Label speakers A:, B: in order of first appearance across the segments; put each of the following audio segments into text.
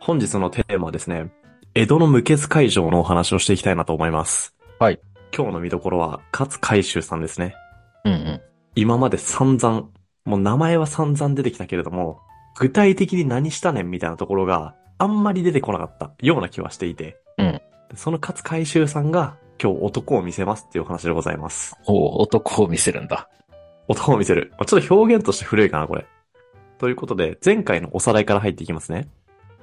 A: 本日のテーマはですね、江戸の無血会場のお話をしていきたいなと思います。
B: はい。
A: 今日の見どころは、勝海舟さんですね。
B: うんうん。
A: 今まで散々、もう名前は散々出てきたけれども、具体的に何したねんみたいなところがあんまり出てこなかったような気はしていて、
B: うん
A: その勝海舟さんが今日男を見せますっていうお話でございます。
B: おう男を見せるんだ。
A: 男を見せる。まあちょっと表現として古いかな、これ。ということで、前回のおさらいから入っていきますね。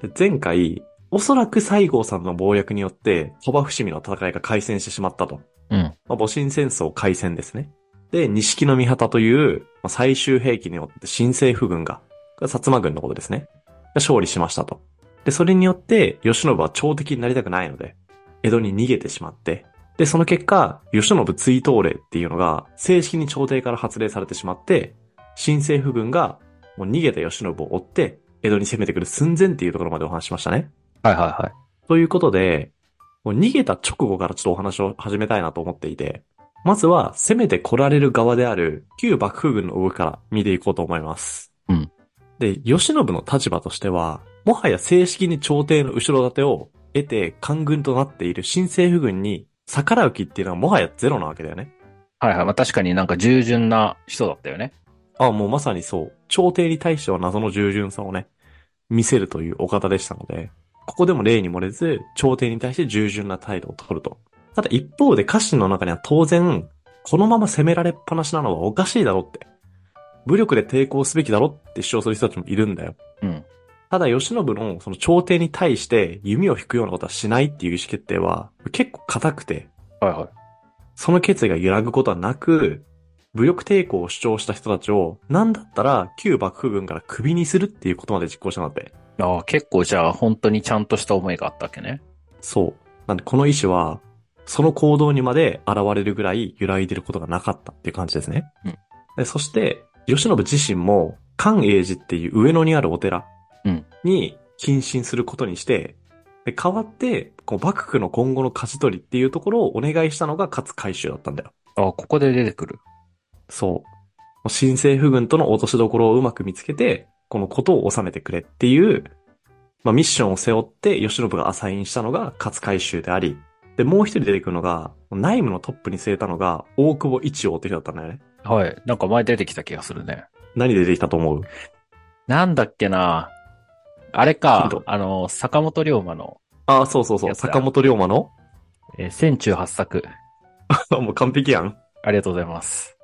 A: で前回、おそらく西郷さんの謀略によって、鳥羽伏見の戦いが開戦してしまったと。
B: うん。
A: まあ、戊辰戦争開戦ですね。で、錦の御旗という、まあ、最終兵器によって新政府軍が、これは薩摩軍のことですね。が勝利しましたと。で、それによって、慶喜は朝敵になりたくないので、江戸に逃げてしまって、で、その結果、慶喜追討令っていうのが、正式に朝廷から発令されてしまって、新政府軍が、もう逃げた慶喜を追って、江戸に攻めてくる寸前っていうところまでお話ししましたね。
B: はいはいはい。
A: ということで、もう逃げた直後からちょっとお話を始めたいなと思っていて、まずは攻めて来られる側である旧幕府軍の動きから見ていこうと思います。
B: うん。
A: で、慶喜の立場としては、もはや正式に朝廷の後ろ盾を得て官軍となっている新政府軍に逆らう気っていうのはもはやゼロなわけだよね。
B: はいはい。まあ、確かになんか従順な人だったよね。
A: あ、もうまさにそう。朝廷に対しては謎の従順さをね、見せるというお方でしたので、ここでも例に漏れず、朝廷に対して従順な態度を取ると。ただ一方で家臣の中には当然、このまま攻められっぱなしなのはおかしいだろうって。武力で抵抗すべきだろって主張する人たちもいるんだよ。
B: うん。
A: ただ、慶喜のその朝廷に対して弓を引くようなことはしないっていう意思決定は、結構硬くて、
B: はいはい。
A: その決意が揺らぐことはなく、武力抵抗を主張した人たちを、なんだったら旧幕府軍から首にするっていうことまで実行したんだって。
B: ああ、結構じゃあ本当にちゃんとした思いがあったわけね。
A: そう。なんでこの意思は、その行動にまで現れるぐらい揺らいでることがなかったっていう感じですね。
B: うん
A: でそして、吉信自身も、寛永寺っていう上野にあるお寺
B: うん
A: に謹慎することにして、で代わって、こう幕府の今後の舵取りっていうところをお願いしたのが勝海舟だったんだよ。
B: ああ、ここで出てくる。
A: そう。新政府軍との落としどころをうまく見つけて、このことを収めてくれっていう、まあ、ミッションを背負って、吉信がアサインしたのが勝海舟であり、で、もう一人出てくるのが、内務のトップに据えたのが、大久保一王って人だったんだよね。
B: はい。なんか前出てきた気がするね。
A: 何で出てきたと思う
B: なんだっけなあれ
A: ヒン
B: か
A: ト、
B: あの、坂本龍馬の、
A: ああ、そうそうそう、
B: やつだ
A: 坂本龍馬の
B: えー、千中八作。
A: もう完璧やん。
B: ありがとうございます。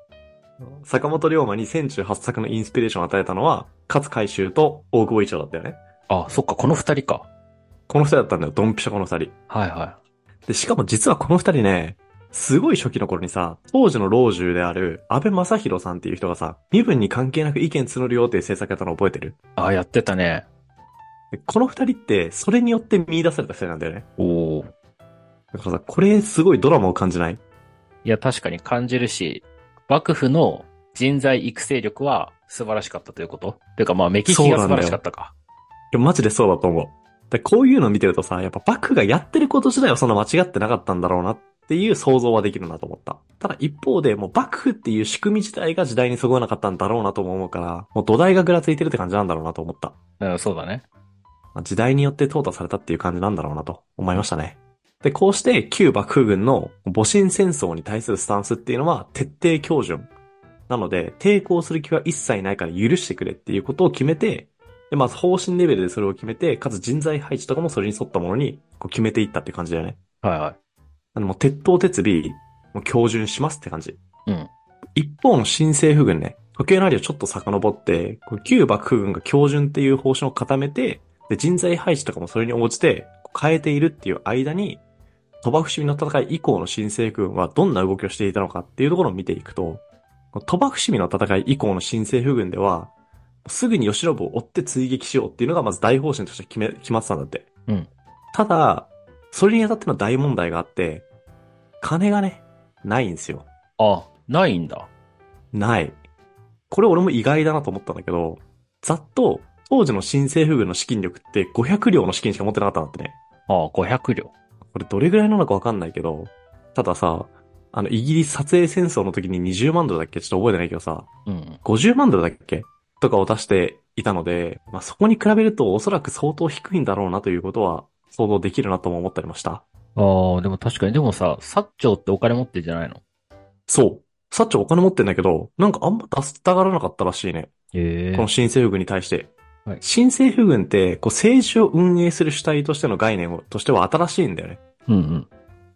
A: 坂本龍馬に千中八作のインスピレーションを与えたのは、勝海舟と大久保一王だったよね。
B: あ、そっか、この二人か。
A: この二人だったんだよ、ドンピシャこの二人。
B: はいは
A: で、しかも実はこの二人ね、すごい初期の頃にさ、当時の老中である安倍正宏さんっていう人がさ、身分に関係なく意見募るよっていう政策やったの覚えてる
B: い。ああ、やってたね。
A: でこの二人って、それによって見出された人なんだよね。
B: おお。
A: だからさ、これすごいドラマを感じない
B: いや、確かに感じるし、幕府の人材育成力は素晴らしかったということというか、まあ、目利きが素晴らしかったか。
A: いや、マジでそうだと思う。で、こういうの見てるとさ、やっぱ幕府がやってること自体はそんな間違ってなかったんだろうなっていう想像はできるなと思った。ただ一方で、もう幕府っていう仕組み自体が時代にそぐわなかったんだろうなとも思うから、もう土台がぐらついてるって感じなんだろうなと思った。
B: うん、そうだね。
A: まあ時代によって淘汰されたっていう感じなんだろうなと思いましたね。で、こうして旧幕府軍の戊辰戦争に対するスタンスっていうのは徹底強準。なので、抵抗する気は一切ないから許してくれっていうことを決めて、で、まず方針レベルでそれを決めて、かつ人材配置とかもそれに沿ったものにこう決めていったって感じだよね。
B: はいはい。
A: あの、もう鉄頭鉄尾、もう強準しますって感じ。
B: うん。
A: 一方の新政府軍ね、時計の針をちょっと遡って、こう旧幕府軍が強順っていう方針を固めて、で人材配置とかもそれに応じてこう変えているっていう間に、鳥羽伏見の戦い以降の新政府軍はどんな動きをしていたのかっていうところを見ていくと、この鳥羽伏見の戦い以降の新政府軍では、すぐに吉信を追って追撃しようっていうのがまず大方針として決め、決まってたんだって。
B: うん。
A: ただ、それにあたっての大問題があって、金がね、ないんですよ。
B: あ、ないんだ。
A: ない。これ俺も意外だなと思ったんだけど、ざっと、当時の新政府軍の資金力って500両の資金しか持ってなかったんだってね。
B: ああ、500両。
A: これどれぐらいなのかわかんないけど、たださ、あの、イギリス撮影戦争の時に20万ドルだっけちょっと覚えてないけどさ、
B: うん。
A: 50万ドルだっけとかを出して、いたので、まあ、そこに比べるとおそらく相当低いんだろうなということは想像できるなとも思ったりました。
B: ああ、でも確かに。でもさ、薩長ってお金持ってんじゃないの
A: そう。サッチョお金持ってんだけど、なんかあんま出したがらなかったらしいね。
B: ええ
A: この新政府軍に対して。
B: はい
A: 新政府軍って、こう政治を運営する主体としての概念をとしては新しいんだよね。
B: うんうん。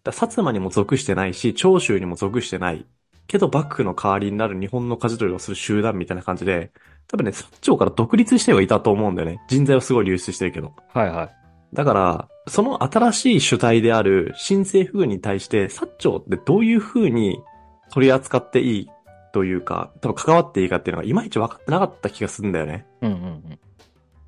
A: だから薩摩にも属してないし、長州にも属してない。けど幕府の代わりになる日本の舵取りをする集団みたいな感じで、多分ね、薩長から独立してはいたと思うんだよね。人材はすごい流出してるけど。
B: はいはい。
A: だから、その新しい主体である新政府軍に対して、薩長ってどういう風に取り扱っていいというか、多分関わっていいかっていうのがいまいち分かってなかった気がするんだよね。
B: うんうんうん。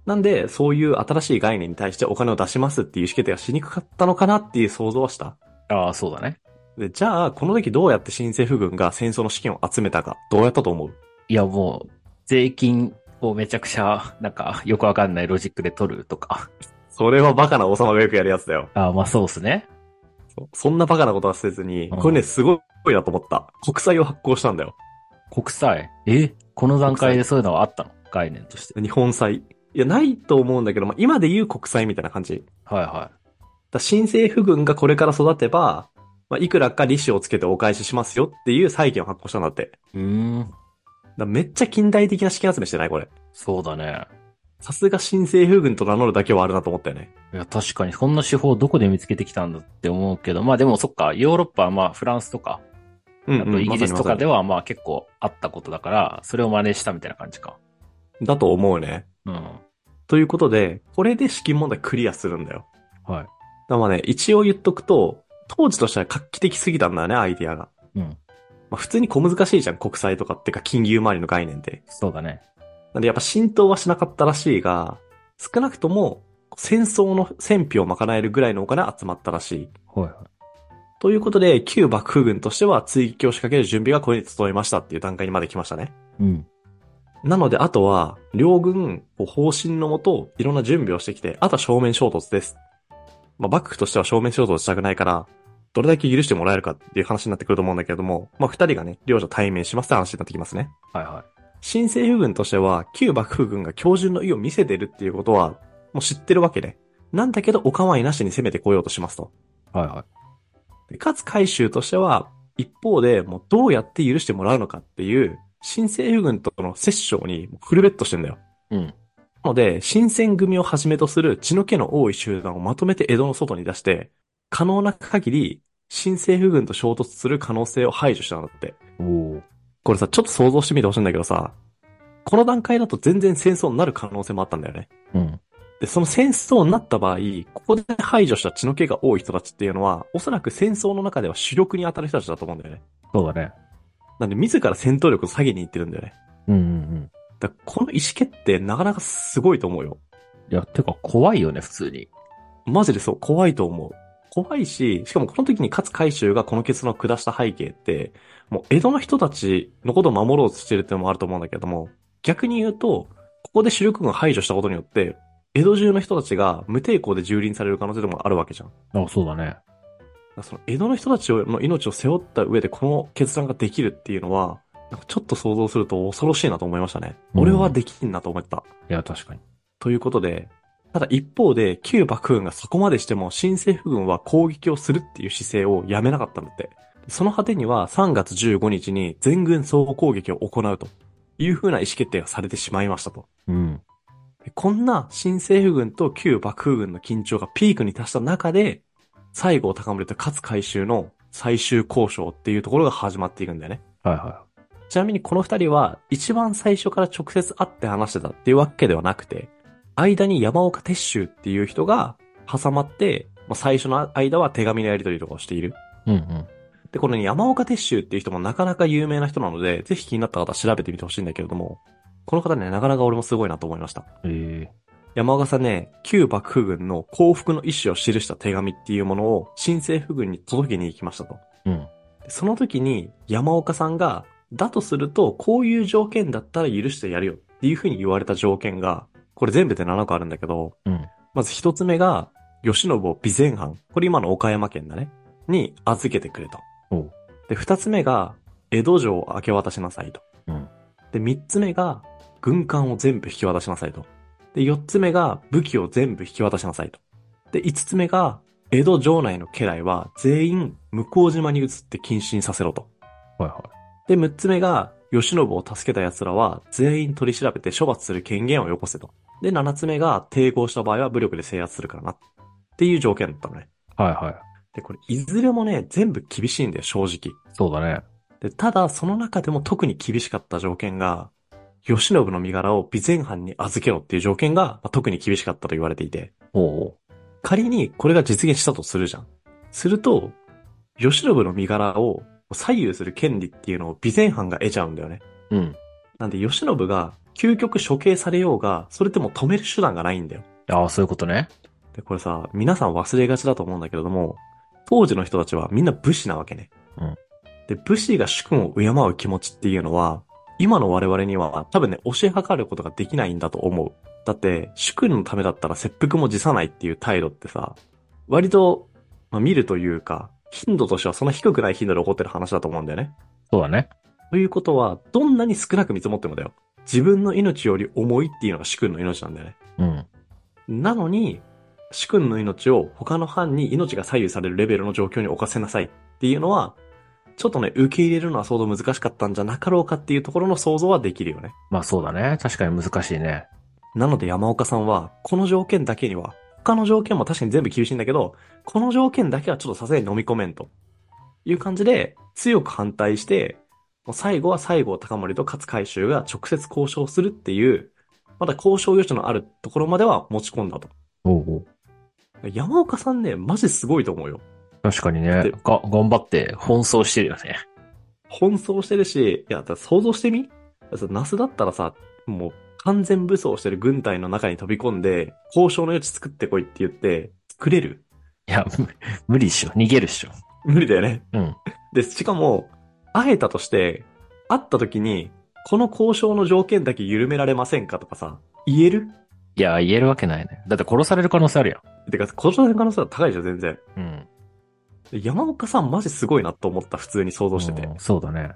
A: なんで、そういう新しい概念に対してお金を出しますっていう意思決定がしにくかったのかなっていう想像はした。
B: ああ、そうだね。
A: で、じゃあ、この時どうやって新政府軍が戦争の資金を集めたか、どうやったと思う
B: いやもう、税金をめちゃくちゃ、なんか、よくわかんないロジックで取るとか。
A: それはバカな王様がよくやるやつだよ。
B: ああ、まあそうっすね。
A: そそんなバカなことはせずに、これ
B: う
A: ね、
B: ん
A: すごいなと思った。国債を発行したんだよ。
B: 国債。えこの段階でそういうのはあったの概念として。
A: 日本債。いや、ないと思うんだけど、まあ、今で言う国債みたいな感じ。
B: はいは
A: だ新政府軍がこれから育てば、まあ、いくらか利子をつけてお返ししますよっていう債券を発行したんだって。
B: い。うーん。
A: だめっちゃ近代的な資金集めしてないこれ。
B: そうだね。
A: さすが新政府軍と名乗るだけはあるなと思ったよね。
B: いや、確かに、こんな手法どこで見つけてきたんだって思うけど、まあでもそっか、ヨーロッパはまあフランスとか、
A: うん、
B: あとイギリスとかで
A: は。
B: はまあ結構あったことだから、それを真似したみたいな感じか。
A: だと思うね。
B: うん。
A: ということで、これで資金問題クリアするんだよ。
B: はい。
A: だからまあね、一応言っとくと、当時としては画期的すぎたんだよね、アイディアが。
B: うん。
A: まあ、普通に小難しいじゃん、国債とかってか金融周りの概念って。
B: そうだね。
A: なんでやっぱ浸透はしなかったらしいが、少なくとも戦争の戦費を賄えるぐらいのお金は集まったらしい。
B: はいはい。
A: ということで、旧幕府軍としては追撃を仕掛ける準備がこれに整いましたっていう段階にまで来ましたね。
B: うん。
A: なので、あとは、両軍、方針のもと、いろんな準備をしてきて、あとは正面衝突です。まあ、幕府としては正面衝突したくないから、どれだけ許してもらえるかっていう話になってくると思うんだけれども、まあ、二人がね、両者対面しますって話になってきますね。
B: はいは
A: 新政府軍としては、旧幕府軍が強靭の意を見せてるっていうことは、もう知ってるわけね。なんだけど、お構いなしに攻めてこようとしますと。
B: い。はいは
A: でかつ回収としては、一方で、もうどうやって許してもらうのかっていう、新政府軍との折衝にフルベットしてんだよ。
B: い。うん。
A: なので、新選組をはじめとする血の気の多い集団をまとめて江戸の外に出して、可能な限り、新政府軍と衝突する可能性を排除したんだって。
B: おお。
A: これさ、ちょっと想像してみてほしいんだけどさ、この段階だと全然戦争になる可能性もあったんだよね。
B: うん。
A: で、その戦争になった場合、ここで排除した血の気が多い人たちっていうのは、おそらく戦争の中では主力に当たる人たちだと思うんだよね。
B: そうだね。
A: なんで、自ら戦闘力を下げに行ってるんだよね。
B: うんうん
A: だからこの意思決定、なかなかすごいと思うよ。
B: うん。いや、てか怖いよね、普通に。
A: マジでそう、怖いと思う。怖いし、しかもこの時に勝海舟がこの結論を下した背景って、もう江戸の人たちのことを守ろうとしてるっていうのもあると思うんだけども、逆に言うと、ここで主力軍を排除したことによって、江戸中の人たちが無抵抗で蹂躙される可能性でもあるわけじゃん。だか
B: あそうだね。
A: らその江戸の人たちの命を背負った上でこの決断ができるっていうのは、なんかちょっと想像すると恐ろしいなと思いましたね。
B: うん
A: 俺はできんなと思った。
B: いや、確かに。
A: ということで、ただ一方で、旧幕府軍がそこまでしても、新政府軍は攻撃をするっていう姿勢をやめなかったんだって。その果てには、3月15日に全軍総攻撃を行うという風な意思決定がされてしまいましたと。
B: うん。
A: でこんな新政府軍と旧幕府軍の緊張がピークに達した中で、西郷隆盛と勝海舟の最終交渉っていうところが始まっていくんだよね。
B: はいは
A: ちなみにこの二人は一番最初から直接会って話してたっていうわけではなくて、間に山岡鉄舟っていう人が挟まって、まあ、最初の間は手紙のやり取りとかをしている。
B: い。うんうん。
A: で、このね山岡鉄舟っていう人もなかなか有名な人なので、ぜひ気になった方は調べてみてほしいんだけれども、この方ね、なかなか俺もすごいなと思いました。
B: ええ
A: 山岡さんね、旧幕府軍の降伏の意思を記した手紙っていうものを新政府軍に届けに行きましたと。
B: うん。
A: その時に山岡さんが、だとすると、こういう条件だったら許してやるよっていう風に言われた条件が、これ全部で7個あるんだけど、
B: うん。
A: まず一つ目が、吉信を備前藩、これ今の岡山県だね、に預けてくれと
B: おう。
A: で、二つ目が、江戸城を明け渡しなさいと。
B: うん
A: で、三つ目が、軍艦を全部引き渡しなさいと。で、四つ目が武器を全部引き渡しなさいと。で、五つ目が、江戸城内の家来は全員向島に移って謹慎させろと。
B: はいは
A: で、六つ目が、慶喜を助けた奴らは全員取り調べて処罰する権限をよこせと。で、七つ目が、抵抗した場合は武力で制圧するからな。っていう条件だったのね。
B: い。はいはい。
A: で、これ、いずれもね、全部厳しいんだよ、正直。
B: そうだね。
A: で、ただ、その中でも特に厳しかった条件が、慶喜の身柄を備前藩に預けろっていう条件が、まあ特に厳しかったと言われていて、
B: おう
A: 仮にこれが実現したとするじゃん。すると、慶喜の身柄を左右する権利っていうのを備前藩が得ちゃうんだよね。
B: おう。うん。
A: なんで、慶喜が究極処刑されようが、それでも止める手段がないんだよ。
B: ああ、そういうことね。
A: で、これさ、皆さん忘れがちだと思うんだけれども、当時の人たちはみんな武士なわけね。
B: うん
A: で、武士が主君を敬う気持ちっていうのは、今の我々には多分ね、教え量ることができないんだと思う。だって、主君のためだったら切腹も辞さないっていう態度ってさ、割と、まあ、見るというか、頻度としてはそんな低くない頻度で起こってる話だと思うんだよね。
B: そうだね。
A: ということは、どんなに少なく見積もってもだよ。自分の命より重いっていうのが主君の命なんだよね。
B: うん。
A: なのに、主君の命を他の藩に命が左右されるレベルの状況に置かせなさいっていうのは、ちょっとね、受け入れるのは相当難しかったんじゃなかろうかっていうところの想像はできるよね。
B: まあそうだね。確かに難しいね。
A: なので山岡さんは、この条件だけには、他の条件も確かに全部厳しいんだけど、この条件だけはちょっとさすがに飲み込めんと。いう感じで、強く反対して、もう最後は西郷隆盛と勝海舟が直接交渉するっていう、まだ交渉余地のあるところまでは持ち込んだと。
B: おうおう。
A: 山岡さんね、マジすごいと思うよ。
B: 確かにね。
A: で
B: が、頑張って奔走してるよね。
A: 奔走してるし、いや、だから想像してみだってさナスだったらさ、もう完全武装してる軍隊の中に飛び込んで、交渉の余地作ってこいって言って、作れる
B: いや、む無理っしょ。逃げるっしょ。
A: 無理だよね。
B: うん。
A: で、しかも、会えたとして、会った時に、この交渉の条件だけ緩められませんかとかさ、言える
B: いや、言えるわけないね。だって殺される可能性ある
A: てか、交渉の可能性は高いじゃん、全然。
B: やん。うん。
A: で山岡さんマジすごいなと思った、普通に想像してて。
B: うんそうだね。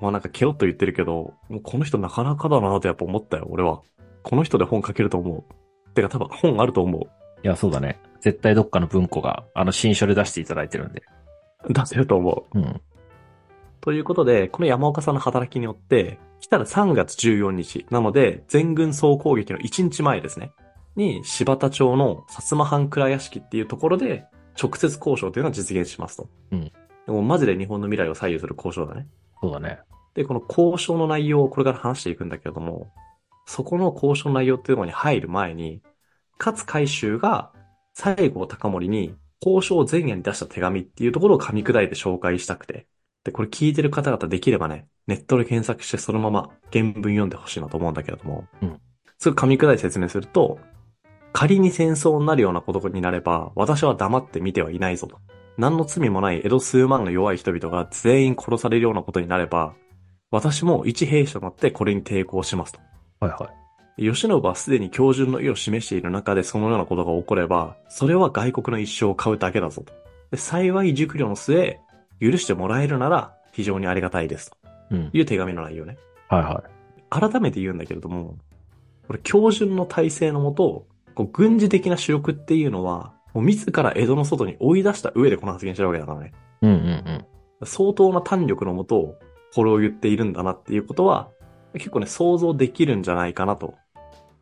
A: まあなんかケロッと言ってるけど、もうこの人なかなかだなとやっぱ思ったよ、俺は。この人で本書けると思う。てか多分本あると思
B: いや、そうだね。絶対どっかの文庫が、あの、新書で出していただいてるんで。
A: う。出せると思う。
B: うん。
A: ということで、この山岡さんの働きによって、来たら3月14日、なので、全軍総攻撃の1日前ですね。に、柴田町の薩摩藩倉屋敷っていうところで、直接交渉というのは実現しますと。
B: うん。
A: でもマジで日本の未来を左右する交渉だね。
B: そうだね。
A: で、この交渉の内容をこれから話していくんだけれども、そこの交渉の内容っていうのに入る前に、勝海舟が西郷隆盛に交渉前夜に出した手紙っていうところを噛み砕いて紹介したくて。で、これ聞いてる方々できればね、ネットで検索してそのまま原文読んでほしいなと思うんだけれども、
B: うん。
A: それ噛み砕いて説明すると、仮に戦争になるようなことになれば、私は黙って見てはいないぞと。何の罪もない江戸数万の弱い人々が全員殺されるようなことになれば、私も一兵士となってこれに抵抗しますと。
B: はいは
A: 吉信はすでに標準の意を示している中でそのようなことが起これば、それは外国の一生を買うだけだぞと。で幸い熟慮の末、許してもらえるなら非常にありがたいですと
B: い。うん。
A: いう手紙の内容ね。
B: はいは
A: 改めて言うんだけれども、これ、標準の体制のもと、こう軍事的な主力っていうのは、もう自ら江戸の外に追い出した上でこの発言してるわけだからね。
B: い。うんうんうん。
A: 相当な胆力のもと、これを言っているんだなっていうことは、結構ね、想像できるんじゃないかなと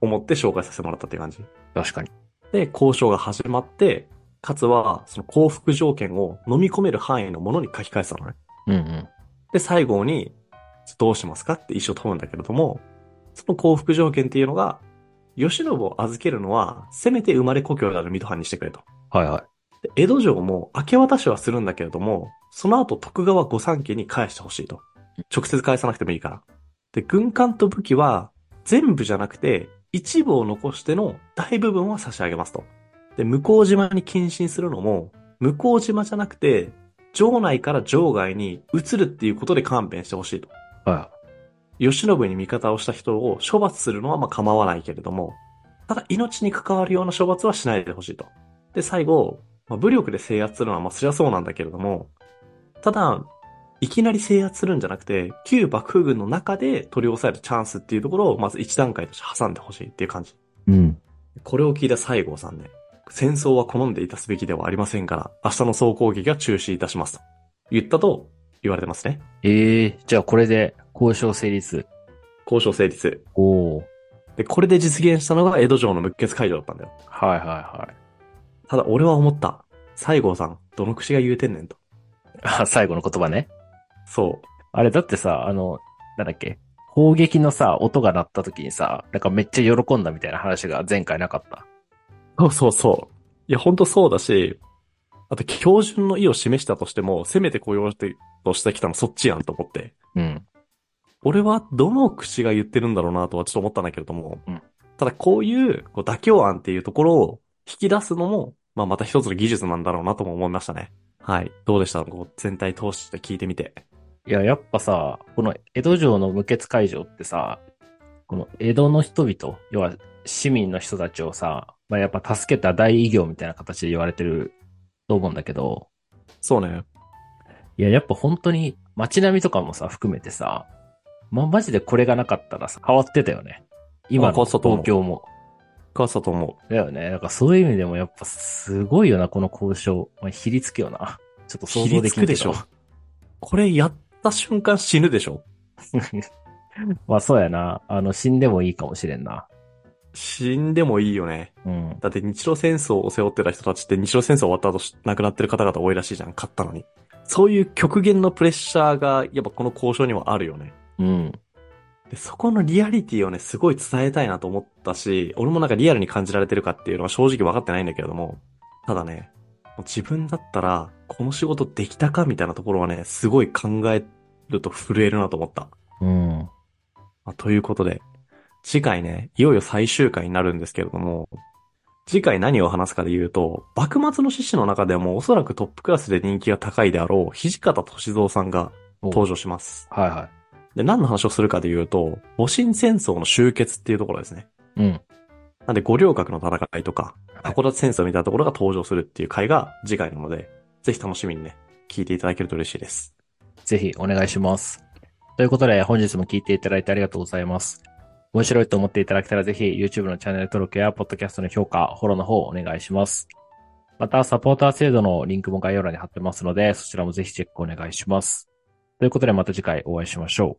A: 思って紹介させてもらったっていう感じ。
B: 確かに。
A: で、交渉が始まって、かつは、その幸福条件を飲み込める範囲のものに書き換えてたのね。
B: うんうん。
A: で、最後に、どうしますかって一生問うんだけれども、その幸福条件っていうのが、吉信を預けるのは、せめて生まれ故郷である水戸藩にしてくれと。
B: はいはい。
A: で江戸城も明け渡しはするんだけれども、その後徳川御三家に返してほしいと。直接返さなくてもいいから。で、軍艦と武器は全部じゃなくて、一部を残しての大部分は差し上げますと。で、向島に謹慎するのも、向島じゃなくて、城内から城外に移るっていうことで勘弁してほしいと。
B: はいは
A: 吉信に味方をした人を処罰するのはまあ構わないけれども、ただ命に関わるような処罰はしないでほしいと。で、最後、まあ、武力で制圧するのはまあそりゃそうなんだけれども、ただ、いきなり制圧するんじゃなくて、旧幕府軍の中で取り押さえるチャンスっていうところをまず一段階として挟んでほしいっていう感じ。
C: うん。
A: これを聞いた西郷さんね、戦争は好んでいたすべきではありませんから、明日の総攻撃は中止いたしますと言ったと言われてますね。
B: ええじゃあこれで交渉成立。
A: 交渉成立。
B: おお
A: で、これで実現したのが江戸城の無血解除だったんだよ。
B: はいはいはい。
A: ただ俺は思った。西郷さん、どの口が言うてんねんと。
B: あ、最後の言葉ね。
A: そう。
B: あれだってさ、あの、なんだっけ。砲撃のさ、音が鳴った時にさ、なんかめっちゃ喜んだみたいな話が前回なかった。
A: そうそうそう。いや、ほんとそうだし、あと、標準の意を示したとしても、せめてこう言われてとしてきたのそっちやんと思って。
B: うん。
A: 俺はどの口が言ってるんだろうなとはちょっと思ったんだけれども、
B: うん
A: ただこういうこう妥協案っていうところを引き出すのも、まあまた一つの技術なんだろうなとも思いましたね。はい。どうでしたこう全体通して聞いてみて。
B: いや、やっぱさ、この江戸城の無血会場ってさ、この江戸の人々、要は市民の人たちをさ、まあ、やっぱ助けた大偉業みたいな形で言われてると思うんだけど、
A: そうね。
B: いや、やっぱ本当に街並みとかもさ、含めてさ、まあ、マジでこれがなかったらさ、変わってたよね。今
A: あ変
B: の
A: わってたと思う
B: 東京も。
A: 変わってたと思う。
B: だよね。なんかそういう意味でもやっぱすごいよな、この交渉。まあ、ひりつくよな。ちょっと想
A: ひ
B: 像
A: り
B: で
A: つ
B: きな
A: く
B: い
A: でしょ。 これやった瞬間死ぬでしょ。
B: まあそうやな。あの、死んでもいいかもしれんな。
A: 死んでもいいよね。
B: うん。
A: だって日露戦争を背負ってた人たちって日露戦争終わった後し亡くなってる方々多いらしいじゃん。勝ったのに。そういう極限のプレッシャーがやっぱこの交渉にもあるよね。
B: うん。
A: で、そこのリアリティをね、すごい伝えたいなと思ったし、俺もなんかリアルに感じられてるかっていうのは正直分かってないんだけれども、ただね、もう自分だったら、この仕事できたかみたいなところはね、すごい考えると震えるなと思った。
B: うん。
A: まあということで、次回ね、いよいよ最終回になるんですけれども、次回何を話すかで言うと、幕末の志士の中でもおそらくトップクラスで人気が高いであろう、土方歳三さんが登場します。
B: はいは
A: で、何の話をするかで言うと、戊辰戦争の終結っていうところですね。
B: い。うん。
A: なんで、五稜郭の戦いとか、
B: はい
A: 函館戦争みたいなところが登場するっていう回が次回なので、ぜひ楽しみにね、聞いていただけると嬉しいです。
B: ぜひお願いします。ということで、本日も聞いていただいてありがとうございます。面白いと思っていただけたらぜひ YouTube のチャンネル登録や Podcast の評価、フォローの方をお願いします。また、サポーター制度のリンクも概要欄に貼ってますので、そちらもぜひチェックお願いします。ということで、また次回お会いしましょう。